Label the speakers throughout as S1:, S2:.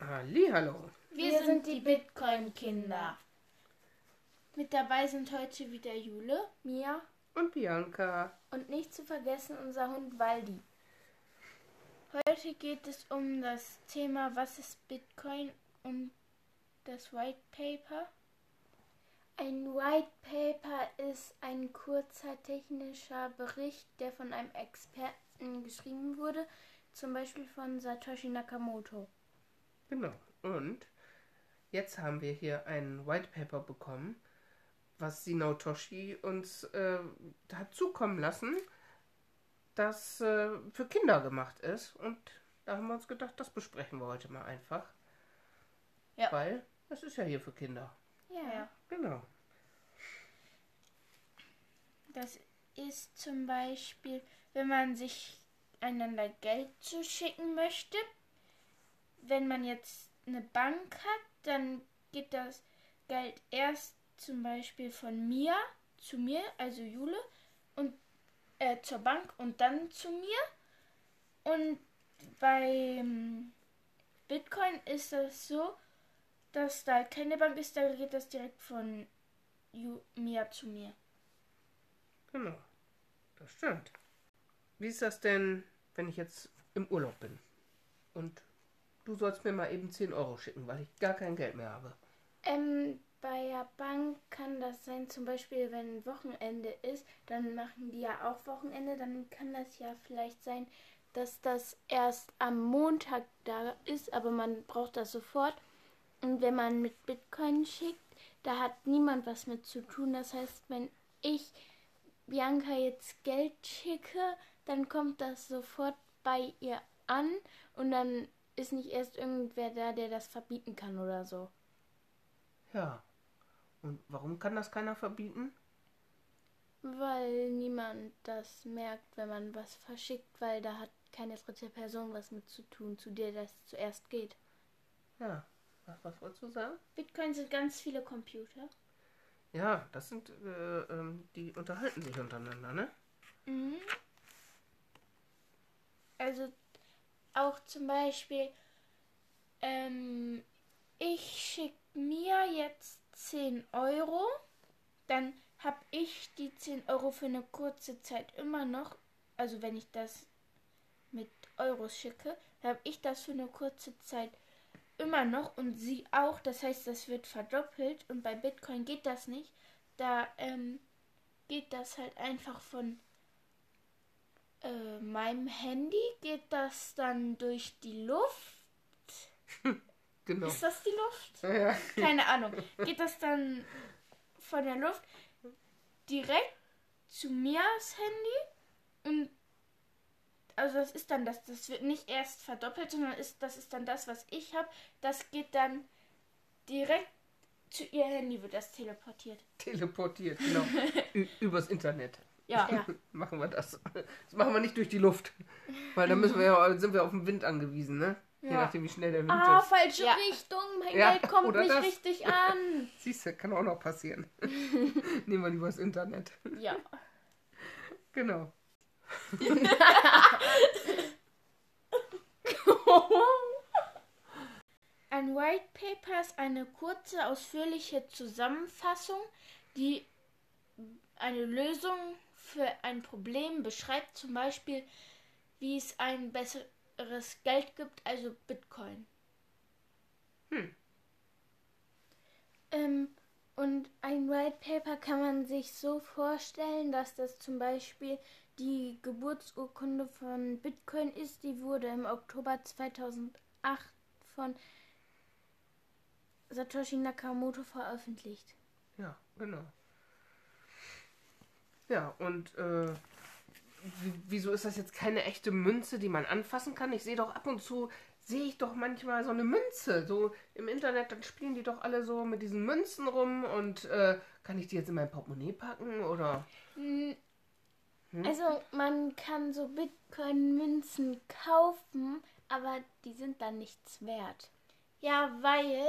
S1: Hallihallo.
S2: Wir, Wir sind die Bitcoin-Kinder. Mit dabei sind heute wieder Jule, Mia
S1: Und Bianca.
S2: und nicht zu vergessen unser Hund Waldi. Heute geht es um das Thema Was ist Bitcoin und das White Paper. Ein White Paper ist ein kurzer technischer Bericht, der von einem Experten geschrieben wurde, zum Beispiel von Satoshi Nakamoto.
S1: Genau. Und jetzt haben wir hier ein White Paper bekommen, was Sinao Toshi uns äh, hat zukommen lassen, das äh, für Kinder gemacht ist. Und da haben wir uns gedacht, das besprechen wir heute mal einfach.
S2: Ja.
S1: Weil das ist ja hier für Kinder.
S2: ja.
S1: Genau.
S2: Das ist zum Beispiel, wenn man sich einander Geld zuschicken möchte. Wenn man jetzt eine Bank hat, dann geht das Geld erst zum Beispiel von mir zu mir, also Jule, und äh, zur Bank und dann zu mir. Und beim Bitcoin ist das so, dass da keine Bank ist, da geht das direkt von Ju mir zu mir.
S1: Genau. Das stimmt. Wie ist das denn, wenn ich jetzt im Urlaub bin? Und du sollst mir mal eben 10 Euro schicken, weil ich gar kein Geld mehr habe.
S2: Ähm, bei der Bank kann das sein, zum Beispiel, wenn Wochenende ist, dann machen die ja auch Wochenende, dann kann das ja vielleicht sein, dass das erst am Montag da ist, aber man braucht das sofort. Und wenn man mit Bitcoin schickt, da hat niemand was mit zu tun. Das heißt, wenn ich Bianca jetzt Geld schicke, dann kommt das sofort bei ihr an und dann ist nicht erst irgendwer da, der das verbieten kann oder so.
S1: Ja. Und warum kann das keiner verbieten?
S2: Weil niemand das merkt, wenn man was verschickt, weil da hat keine dritte Person was mit zu tun, zu der das zuerst geht.
S1: Ja. Was, was wolltest du sagen?
S2: Bitcoin sind ganz viele Computer.
S1: Ja, das sind, äh, ähm, die unterhalten sich untereinander, ne?
S2: Also auch zum Beispiel, ähm, ich schicke mir jetzt 10 Euro, dann habe ich die 10 Euro für eine kurze Zeit immer noch, also wenn ich das mit Euros schicke, dann habe ich das für eine kurze Zeit immer noch und sie auch, das heißt, das wird verdoppelt und bei Bitcoin geht das nicht, da ähm, geht das halt einfach von äh, meinem Handy geht das dann durch die Luft.
S1: Genau.
S2: Ist das die Luft?
S1: Ja.
S2: Keine Ahnung. Geht das dann von der Luft direkt zu mirs Handy? Und also das ist dann das, das wird nicht erst verdoppelt, sondern ist das ist dann das, was ich habe. Das geht dann direkt zu ihr Handy wird das teleportiert.
S1: Teleportiert, genau. Ü übers Internet.
S2: Ja.
S1: machen wir das. Das machen wir nicht durch die Luft. Weil dann müssen wir ja, sind wir auf den Wind angewiesen, ne? Je
S2: Ja.
S1: nachdem, wie schnell der Wind
S2: Ah,
S1: ist.
S2: falsche
S3: Ja.
S2: Richtung. Mein
S1: Ja,
S2: Geld kommt
S1: oder
S2: nicht
S1: das.
S2: richtig an.
S1: Siehst du, kann auch noch passieren. Nehmen wir lieber das Internet.
S2: Ja.
S1: Genau.
S2: Ein White Paper ist eine kurze, ausführliche Zusammenfassung, die eine Lösung für ein Problem beschreibt, zum Beispiel, wie es ein besseres Geld gibt, also Bitcoin. Ähm, und ein White Paper kann man sich so vorstellen, dass das zum Beispiel die Geburtsurkunde von Bitcoin ist. Die wurde im Oktober 2008 von Satoshi Nakamoto veröffentlicht.
S1: Ja, genau. Ja, und äh, w- wieso ist das jetzt keine echte Münze, die man anfassen kann? Ich sehe doch ab und zu, sehe ich doch manchmal so eine Münze. So im Internet, dann spielen die doch alle so mit diesen Münzen rum und äh, kann ich die jetzt in mein Portemonnaie packen oder?
S2: Also man kann so Bitcoin-Münzen kaufen, aber die sind dann nichts wert. Ja, weil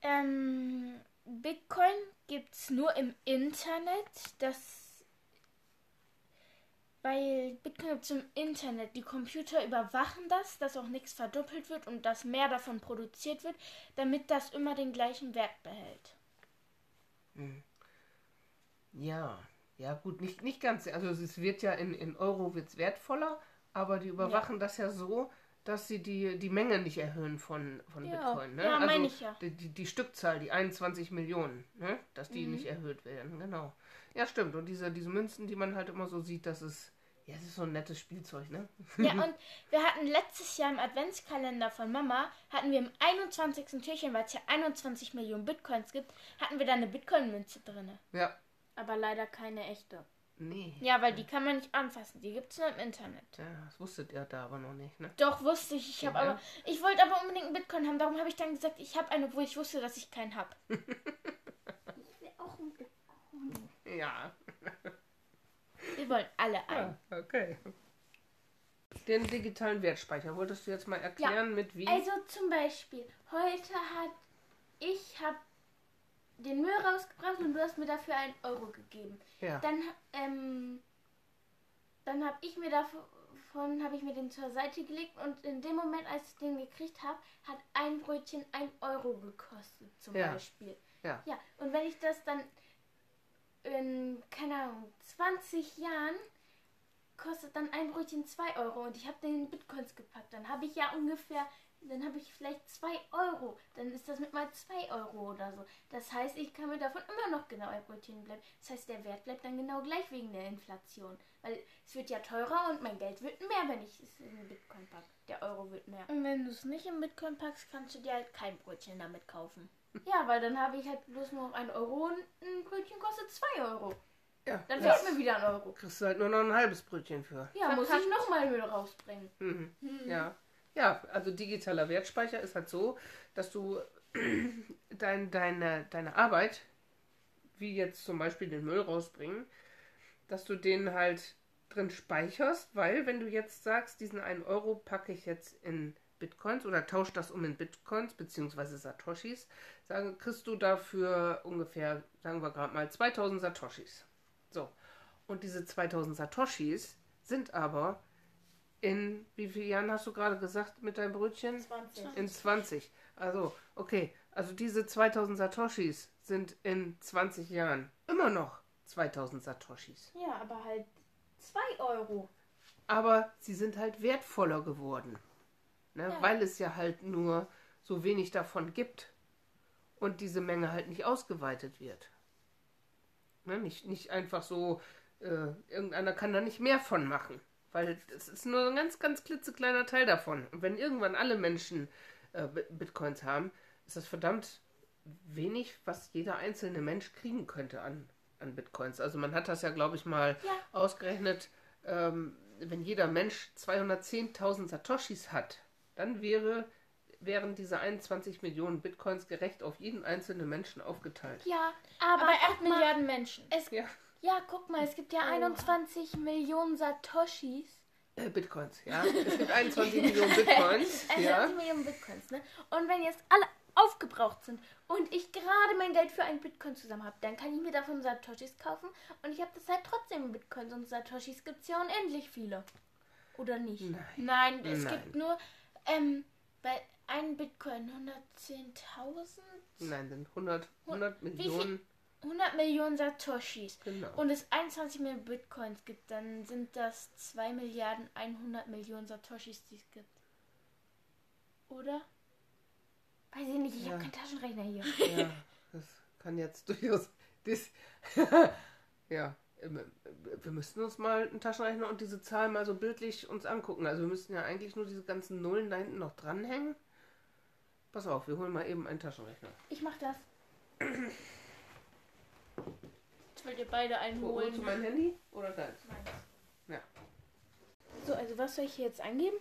S2: ähm, Bitcoin gibt es nur im Internet. Das
S3: Weil Bitcoin zum Internet. Die Computer überwachen das, dass auch nichts verdoppelt wird und dass mehr davon produziert wird, damit das immer den gleichen Wert behält.
S1: Ja, ja gut, nicht, nicht ganz. Also es wird ja in, in Euro wird's wertvoller, aber die überwachen das ja so, dass sie die, die Menge nicht erhöhen von, von
S3: Ja,
S1: Bitcoin. Ne?
S3: ja,
S1: also
S3: meine ich ja.
S1: Die, die, die Stückzahl, die 21 Millionen, ne? dass
S3: Mhm.
S1: die nicht erhöht werden, genau. Ja, stimmt. Und diese, diese Münzen, die man halt immer so sieht, das ist, ja, das ist so ein nettes Spielzeug, ne?
S3: Ja, und wir hatten letztes Jahr im Adventskalender von Mama, hatten wir im 21. Türchen, weil es ja 21 Millionen Bitcoins gibt, hatten wir da eine Bitcoin-Münze drin.
S1: Ja.
S3: Aber leider keine echte.
S1: Nee.
S3: Ja, weil die kann man nicht anfassen. Die gibt's nur im Internet.
S1: Ja, das wusstet ihr da aber noch nicht, ne?
S3: Doch, wusste ich. Ich, hab
S1: Ja.
S3: aber, ich wollte aber unbedingt einen Bitcoin haben. Darum habe ich dann gesagt, ich habe einen, obwohl ich wusste, dass ich keinen habe.
S1: Ja.
S3: Wir wollen alle einen.
S1: Ah, okay. Den digitalen Wertspeicher wolltest du jetzt mal erklären mit wie?
S2: Also zum Beispiel, heute hat ich hab den Müll rausgebracht und du hast mir dafür einen Euro gegeben.
S1: ja.
S2: Dann, ähm, dann habe ich mir davon, habe ich mir den zur Seite gelegt und in dem Moment, als ich den gekriegt habe, hat ein Brötchen ein Euro gekostet, zum
S1: Ja.
S2: Beispiel.
S1: Ja.
S2: Ja, und wenn ich das dann in, keine Ahnung, 20 Jahren kostet dann ein Brötchen 2 Euro und ich habe den in Bitcoins gepackt, dann habe ich ja ungefähr, dann habe ich vielleicht 2 Euro, dann ist das mit mal 2 Euro oder so. Das heißt, ich kann mir davon immer noch genau ein Brötchen bleiben. Das heißt, der Wert bleibt dann genau gleich wegen der Inflation, weil es wird ja teurer und mein Geld wird mehr, wenn ich es in Bitcoin packe. Der Euro wird mehr.
S3: Und wenn du es nicht in Bitcoin packst, kannst du dir halt kein Brötchen damit kaufen.
S2: Ja, weil dann habe ich halt bloß nur noch 1 Euro und ein Brötchen kostet 2 Euro.
S1: ja.
S2: Dann
S1: ja.
S2: fehlt mir wieder ein Euro.
S1: Kriegst du halt nur noch ein halbes Brötchen für.
S2: Ja, muss ich nochmal Müll rausbringen.
S1: Mhm. Ja. Ja, also digitaler Wertspeicher ist halt so, dass du dein, deine, deine Arbeit, wie jetzt zum Beispiel den Müll rausbringen, dass du den halt drin speicherst, weil wenn du jetzt sagst, diesen 1 Euro packe ich jetzt in Bitcoins oder tausche das um in Bitcoins beziehungsweise Satoshis, sagen, kriegst du dafür ungefähr, sagen wir gerade mal, 2000 Satoshis. So. Und diese 2000 Satoshis sind aber in wie vielen Jahren hast du gerade gesagt mit deinem Brötchen?
S3: 20.
S1: In 20. Also, okay. Also diese 2000 Satoshis sind in 20 Jahren immer noch 2000 Satoshis.
S3: Ja, aber halt 2 Euro.
S1: Aber sie sind halt wertvoller geworden. Ne? Weil es ja halt nur so wenig davon gibt und diese Menge halt nicht ausgeweitet wird. Ne? Nicht, nicht einfach so, äh, irgendeiner kann da nicht mehr von machen. Weil es ist nur ein ganz, ganz klitzekleiner Teil davon. Und wenn irgendwann alle Menschen äh, Bi- Bitcoins haben, ist das verdammt wenig, was jeder einzelne Mensch kriegen könnte an, an Bitcoins. Also man hat das ja, glaube ich, mal ausgerechnet, ähm, wenn jeder Mensch 210.000 Satoshis hat, dann wäre, wären diese 21 Millionen Bitcoins gerecht auf jeden einzelnen Menschen aufgeteilt.
S2: Ja,
S3: Aber,
S2: aber,
S3: acht 8
S2: guck mal, Oh.
S3: Milliarden Menschen.
S2: Es,
S1: Ja,
S2: ja, guck mal, es gibt ja 21 Millionen Satoshis.
S1: äh, Bitcoins, ja. Es gibt 21 Millionen Bitcoins,
S3: Also
S2: 21
S1: ja.
S2: Millionen Bitcoins, ne? Und wenn jetzt alle aufgebraucht sind und ich gerade mein Geld für einen Bitcoin zusammen habe, dann kann ich mir davon Satoshis kaufen und ich habe das halt trotzdem in Bitcoins und Satoshis gibt es ja unendlich viele. Oder nicht?
S3: Nein, es
S1: Nein.
S3: gibt nur ähm, bei einem Bitcoin 110.000,
S1: Nein, sind 100, 100
S3: Wie viel?
S1: Millionen,
S3: 100 Millionen Satoshis.
S1: genau.
S3: Und es 21 Millionen Bitcoins gibt, dann sind das 2 Milliarden 100 Millionen Satoshis, die es gibt. Oder?
S2: Weiß ich nicht, ich
S1: Ja.
S2: habe keinen Taschenrechner hier.
S1: Ja, das kann jetzt durchaus. Das, ja, ähm, wir müssten uns mal einen Taschenrechner und diese Zahl mal so bildlich uns angucken. Also wir müssten ja eigentlich nur diese ganzen Nullen da hinten noch dranhängen. Pass auf, wir holen mal eben einen Taschenrechner.
S2: Ich mach das.
S3: Jetzt wollt ihr beide
S1: Wo- Holst du
S3: einholen.
S1: mein Handy oder deins?
S3: So, also was soll ich hier jetzt angeben?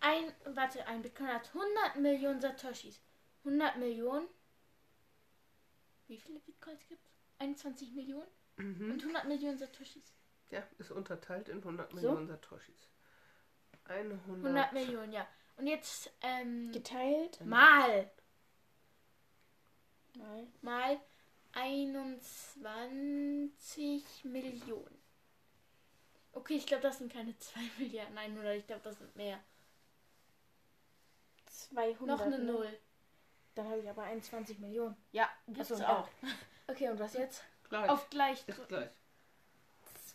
S3: Ein, warte, ein Bitcoin hat 100 Millionen Satoshis. 100 Millionen. Wie viele Bitcoins gibt es? 21 Millionen?
S1: Mhm.
S3: Und 100 Millionen Satoshis.
S1: Ja, ist unterteilt in 100
S3: So?
S1: Millionen Satoshis. 100.
S3: 100 Millionen, ja. Und jetzt ähm,
S4: Geteilt?
S3: mal,
S4: Nein.
S3: mal 21 Millionen. Okay, ich glaube, das sind keine 2 Milliarden 100, ich glaube, das sind mehr.
S2: 200.
S3: Noch eine
S2: ne?
S3: Null.
S2: Dann habe ich aber 21 Millionen.
S3: Ja, gibt's
S2: Achso, ja.
S3: auch.
S2: Okay, und was jetzt?
S1: Gleich.
S3: Auf gleich
S1: ist gleich.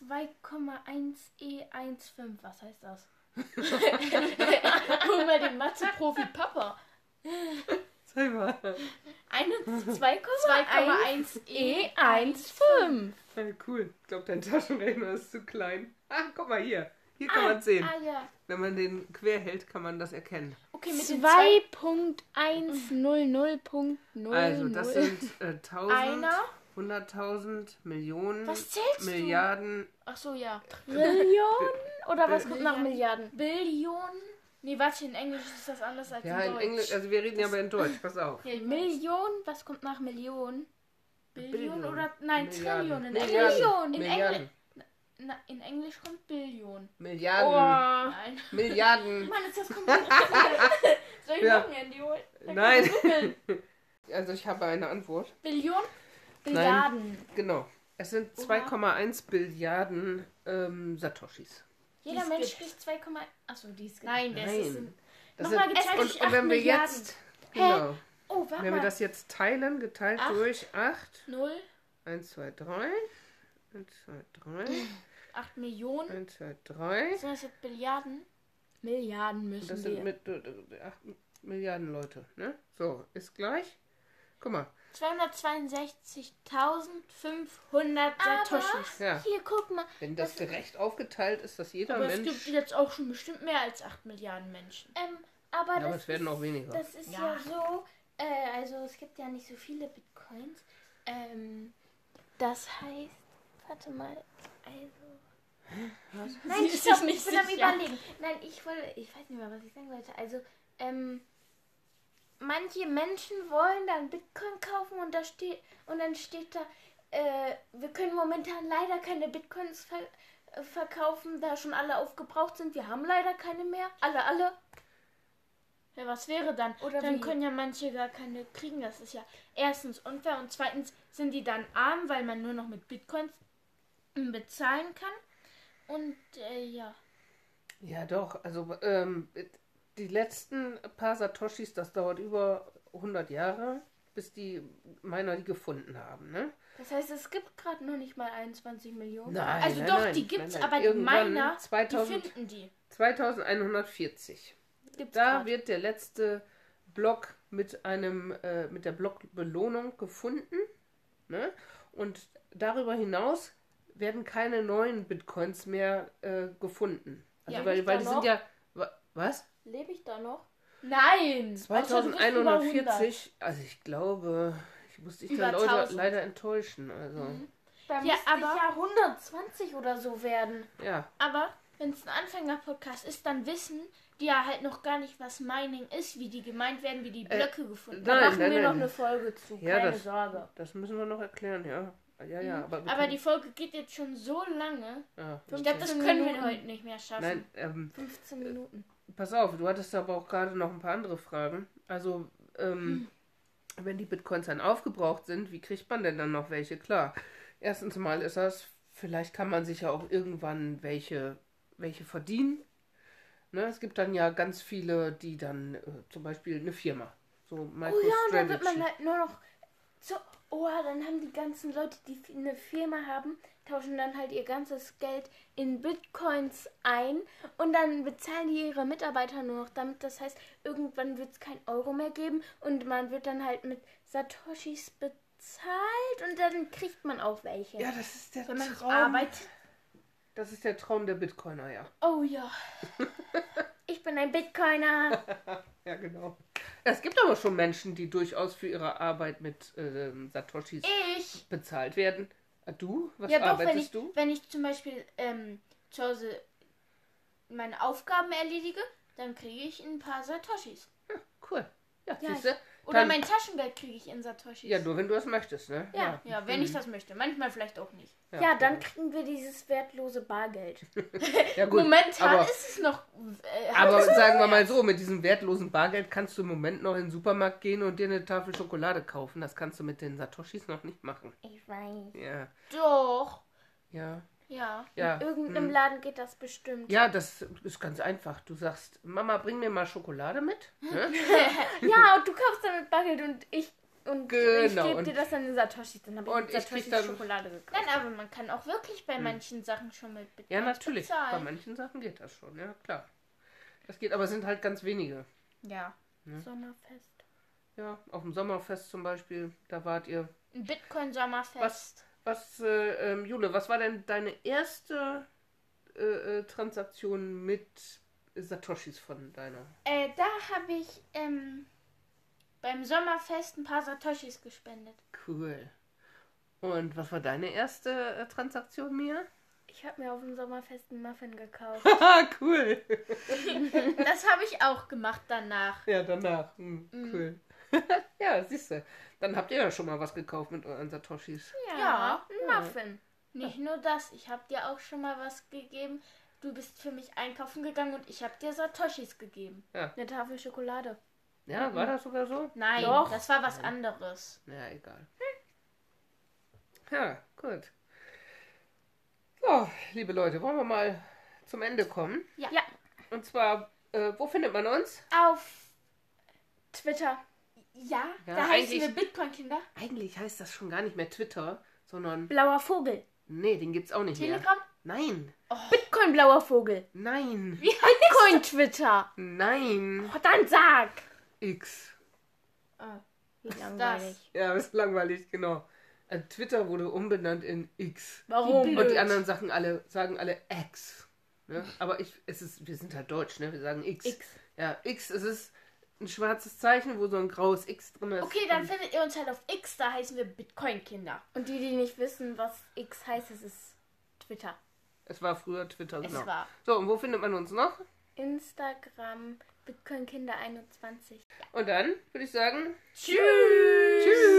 S3: 2,1E15. E Was heißt das? Guck mal den Mathe-Profi Papa.
S1: Sag mal.
S3: E 2,1E15.
S1: Hey, cool. Ich glaube, dein Taschenrechner ist zu klein. Ah, guck mal hier. Hier kann man sehen.
S3: Ah ja.
S1: Wenn man den quer hält, kann man das erkennen.
S3: Okay, mit den zwei
S2: 2.100.0.
S1: Also, das sind äh, 1000,
S3: Einer.
S1: 100.000, Millionen,
S3: Was zählst du?
S1: Milliarden.
S3: Ach so, ja.
S2: Trillionen? Oder was kommt nach Milliarden?
S3: Billionen. Nee, warte, in Englisch ist das anders als
S1: Ja,
S3: in
S1: in
S3: Deutsch.
S1: Englisch. Also, wir reden ja aber in Deutsch. Pass auf.
S3: Ja, Million,
S2: Millionen? Was kommt nach Millionen?
S3: Billion
S1: Billion.
S3: oder nein,
S1: Milliarden.
S3: Trillionen. In
S1: Milliarden.
S3: Englisch,
S2: Million,
S3: in
S1: Milliarden.
S3: na, in Englisch kommt Billion.
S1: Milliarden.
S3: Nein.
S1: Milliarden.
S3: Oh. Mann, ist das komplett. Soll ich
S1: Ja.
S3: noch ein Handy holen? Dann
S1: Nein.
S3: kann ich googeln.
S1: Also, ich habe eine Antwort.
S3: Billion? Billiarden.
S1: Genau. Es sind 2,1 Billiarden ähm, Satoshis.
S2: Jeder
S3: Die
S2: Mensch
S3: Skip.
S2: kriegt 2, Achso, die ist
S3: Nein, das
S1: Nein.
S3: ist ein.
S1: Das
S3: Nochmal
S1: sind-
S3: geteilt
S1: und,
S3: durch
S1: und
S3: acht
S1: wenn wir
S3: Milliarden.
S1: jetzt. Genau.
S2: Oh, warte
S1: Wenn wir
S2: mal.
S1: das jetzt teilen, geteilt
S3: Acht.
S1: durch 8.
S3: 0,
S1: 1, 2, 3. 1, 2, 3.
S3: 8 Millionen.
S1: 1, 2, 3.
S3: Sind das jetzt Billiarden? Milliarden müssen
S1: Das
S3: wir.
S1: sind mit 8 Milliarden Leute. Ne? So, ist gleich. Guck mal.
S3: 262.500
S2: Aber-
S3: Satoshis.
S1: Ja,
S2: Hier, guck mal.
S1: wenn das gerecht aufgeteilt ist, dass jeder
S3: Aber es gibt
S1: Mensch.
S3: jetzt auch schon bestimmt mehr als 8 Milliarden Menschen.
S2: Ähm, aber
S1: Ja,
S2: das
S1: aber es werden
S2: ist,
S1: auch weniger.
S2: Das ist ja,
S3: Ja.
S2: so, äh, also es gibt ja nicht so viele Bitcoins. Ähm, das heißt, warte mal, also. Nein,
S3: Sie ist sich
S2: stopp,
S3: nicht
S2: ich bin am
S3: sicher.
S2: überlegen. Nein, ich wollte, ich weiß nicht mehr, was ich sagen wollte. Also, ähm, manche Menschen wollen dann Bitcoin kaufen und da steht und dann steht da, äh, wir können momentan leider keine Bitcoins ver äh, verkaufen, da schon alle aufgebraucht sind. Wir haben leider keine mehr. Alle, alle.
S3: Ja, was wäre dann?
S2: Oder
S3: dann
S2: wie?
S3: können ja manche gar keine kriegen. Das ist ja erstens unfair und zweitens sind die dann arm, weil man nur noch mit Bitcoins bezahlen kann. Und äh, ja.
S1: Ja, doch. Also, ähm, die letzten paar Satoshis, das dauert über 100 Jahre, bis die Miner die gefunden haben. Ne?
S2: Das heißt, es gibt gerade noch nicht mal 21 Millionen.
S1: Nein,
S3: Also
S1: nein,
S3: doch,
S1: nein,
S3: die gibt's,
S1: nein, nein.
S3: aber die
S1: Irgendwann
S3: Miner,
S1: 2000
S3: die finden die.
S1: 2140.
S2: Gibt's
S1: Da
S2: grad.
S1: wird der letzte Block mit einem äh, mit der Blockbelohnung gefunden. Ne? Und darüber hinaus werden keine neuen Bitcoins mehr äh, gefunden. Also
S3: Ja,
S1: weil,
S2: nicht
S1: weil
S2: da
S1: die
S2: noch?
S1: sind ja wa- was?
S2: Lebe ich da noch?
S3: Nein! außer du bist über 100.
S1: 2140. Also ich glaube, ich muss dich da
S3: Über
S1: Leute
S3: 1000.
S1: leider enttäuschen. Also
S2: Mhm. Da
S3: Ja,
S2: müsste
S3: aber-
S2: ich ja 120 oder so werden.
S1: ja,
S3: Aber wenn es ein Anfänger-Podcast ist, dann wissen die ja halt noch gar nicht, was Mining ist, wie die gemeint werden, wie die
S1: Äh,
S3: Blöcke gefunden
S1: nein,
S3: werden.
S2: Machen wir
S1: nein.
S2: noch eine Folge zu.
S1: Ja,
S2: Keine
S1: das-
S2: Sorge.
S1: das müssen wir noch erklären. Ja, ja,
S2: Mhm.
S1: ja. Aber, wir
S3: Aber
S1: können-
S3: die Folge geht jetzt schon so lange.
S1: ja.
S3: Ich glaube, das
S2: 15
S3: können wir
S2: Minuten.
S3: heute nicht mehr schaffen.
S1: Nein, ähm,
S2: 15 Minuten.
S1: Pass auf, du hattest aber auch gerade noch ein paar andere Fragen. Also, ähm,
S2: Hm.
S1: wenn die Bitcoins dann aufgebraucht sind, wie kriegt man denn dann noch welche? Klar, erstens mal ist das, vielleicht kann man sich ja auch irgendwann welche, welche verdienen. Ne, es gibt dann ja ganz viele, die dann äh, zum Beispiel eine Firma, so
S2: Oh ja, und dann
S1: MicroStrategy.
S2: wird man halt nur noch so. Oh, dann haben die ganzen Leute, die eine Firma haben, tauschen dann halt ihr ganzes Geld in Bitcoins ein und dann bezahlen die ihre Mitarbeiter nur noch damit. Das heißt, irgendwann wird es kein Euro mehr geben und man wird dann halt mit Satoshis bezahlt und dann kriegt man auch welche.
S1: ja, das ist der
S3: Man
S1: Traum.
S3: arbeitet.
S1: Das ist der Traum der Bitcoiner, ja.
S2: Oh ja. ich bin ein Bitcoiner.
S1: Ja, genau. Es gibt aber schon Menschen, die durchaus für ihre Arbeit mit ähm, Satoshis
S3: Ich
S1: bezahlt werden. Ah, Du? Was
S3: Ja, doch, wenn ich,
S1: arbeitest du?
S3: wenn ich zum Beispiel ähm, zu Hause meine Aufgaben erledige, dann kriege ich ein paar Satoshis.
S1: Cool. Ja,
S2: Ja,
S1: siehste.
S3: Oder
S1: Dann-
S3: mein Taschengeld kriege ich in Satoshis.
S1: ja, nur wenn du das möchtest, ne?
S3: ja, ja, wenn ich das möchte. Manchmal vielleicht auch nicht.
S2: Ja, dann kriegen wir dieses wertlose Bargeld.
S1: ja, gut.
S3: Momentan
S1: aber,
S3: ist es noch. Äh,
S1: Aber sagen wir mal so, mit diesem wertlosen Bargeld kannst du im Moment noch in den Supermarkt gehen und dir eine Tafel Schokolade kaufen. Das kannst du mit den Satoshis noch nicht machen.
S2: Ich weiß.
S1: Ja,
S3: doch.
S1: ja.
S3: Ja.
S1: Ja.
S2: In irgendeinem Laden geht das bestimmt.
S1: Ja, das ist ganz einfach. Du sagst, Mama, bring mir mal Schokolade mit. Ne?
S2: Ja, Ah, und du kaufst damit Bargeld und ich und ich
S1: Genau,
S2: gebe
S1: und-
S2: dir das dann in Satoshi. Dann habe ich
S1: und
S2: mit
S1: ich krieg
S2: Satoshi
S1: dann- Hm.
S2: Schokolade gekauft.
S3: Nein, aber man kann auch wirklich bei manchen Sachen schon mit Bitcoin
S1: Ja, natürlich. Bei
S3: bezahlen.
S1: manchen Sachen geht das schon, ja klar. Das geht, aber es sind halt ganz wenige.
S3: Ja.
S2: Sommerfest.
S1: Ja, auf dem Sommerfest zum Beispiel, da wart ihr.
S3: Ein Bitcoin-Sommerfest.
S1: Was, was, äh, ähm, Jule, was war denn deine erste äh, äh, Transaktion mit Satoshis von deiner?
S3: Äh, da habe ich ähm, beim Sommerfest ein paar Satoshis gespendet.
S1: Cool. Und was war deine erste äh, Transaktion, Mia?
S2: Ich habe mir auf dem Sommerfest einen Muffin gekauft.
S1: Haha, cool.
S3: Das habe ich auch gemacht danach.
S1: Ja, danach. Hm, Cool. ja, siehst du. Dann habt ihr ja schon mal was gekauft mit euren Satoshis.
S3: Ja,
S2: ein Muffin.
S3: Nicht nur das, ich habe dir auch schon mal was gegeben. Du bist für mich einkaufen gegangen und ich habe dir Satoshis gegeben.
S2: Eine Tafel Schokolade.
S1: Ja, war das sogar so?
S3: Nein,
S2: Doch.
S3: das war was anderes.
S1: Ja, egal. Ja, gut. So, liebe Leute, wollen wir mal zum Ende kommen?
S3: Ja.
S2: Ja.
S1: Und zwar, äh, wo findet man uns?
S3: Auf.
S2: Twitter.
S3: Ja,
S1: Ja,
S3: da heißen
S1: eigentlich-
S3: wir Bitcoin-Kinder.
S1: Eigentlich heißt das schon gar nicht mehr Twitter, sondern.
S2: Blauer Vogel.
S1: Nee, den gibt's auch nicht mehr.
S3: Telegram?
S1: Nein,
S2: Bitcoin blauer Vogel.
S1: nein,
S2: Bitcoin Twitter.
S1: nein.
S2: Verdammt, sag.
S1: X.
S2: Wie
S3: langweilig.
S1: Ja, ist langweilig, genau. Also Twitter wurde umbenannt in X.
S2: Warum?
S1: Und die anderen Sachen alle, sagen alle X. Ne? Aber ich, es ist, wir sind halt deutsch, ne? Wir sagen X.
S2: X.
S1: Ja, X es ist ein schwarzes Zeichen, wo so ein graues X drin ist.
S3: Okay, dann findet ihr uns halt auf X, da heißen wir Bitcoin-Kinder.
S2: Und die, die nicht wissen, was X heißt, es ist Twitter.
S1: Es war früher Twitter,
S3: Es
S1: genau.
S3: war.
S1: So, und wo findet man uns noch?
S2: Ähm. Instagram Bitcoin Kinder 21.
S1: Und dann würde ich sagen,
S3: Tschüss!
S1: tschüss!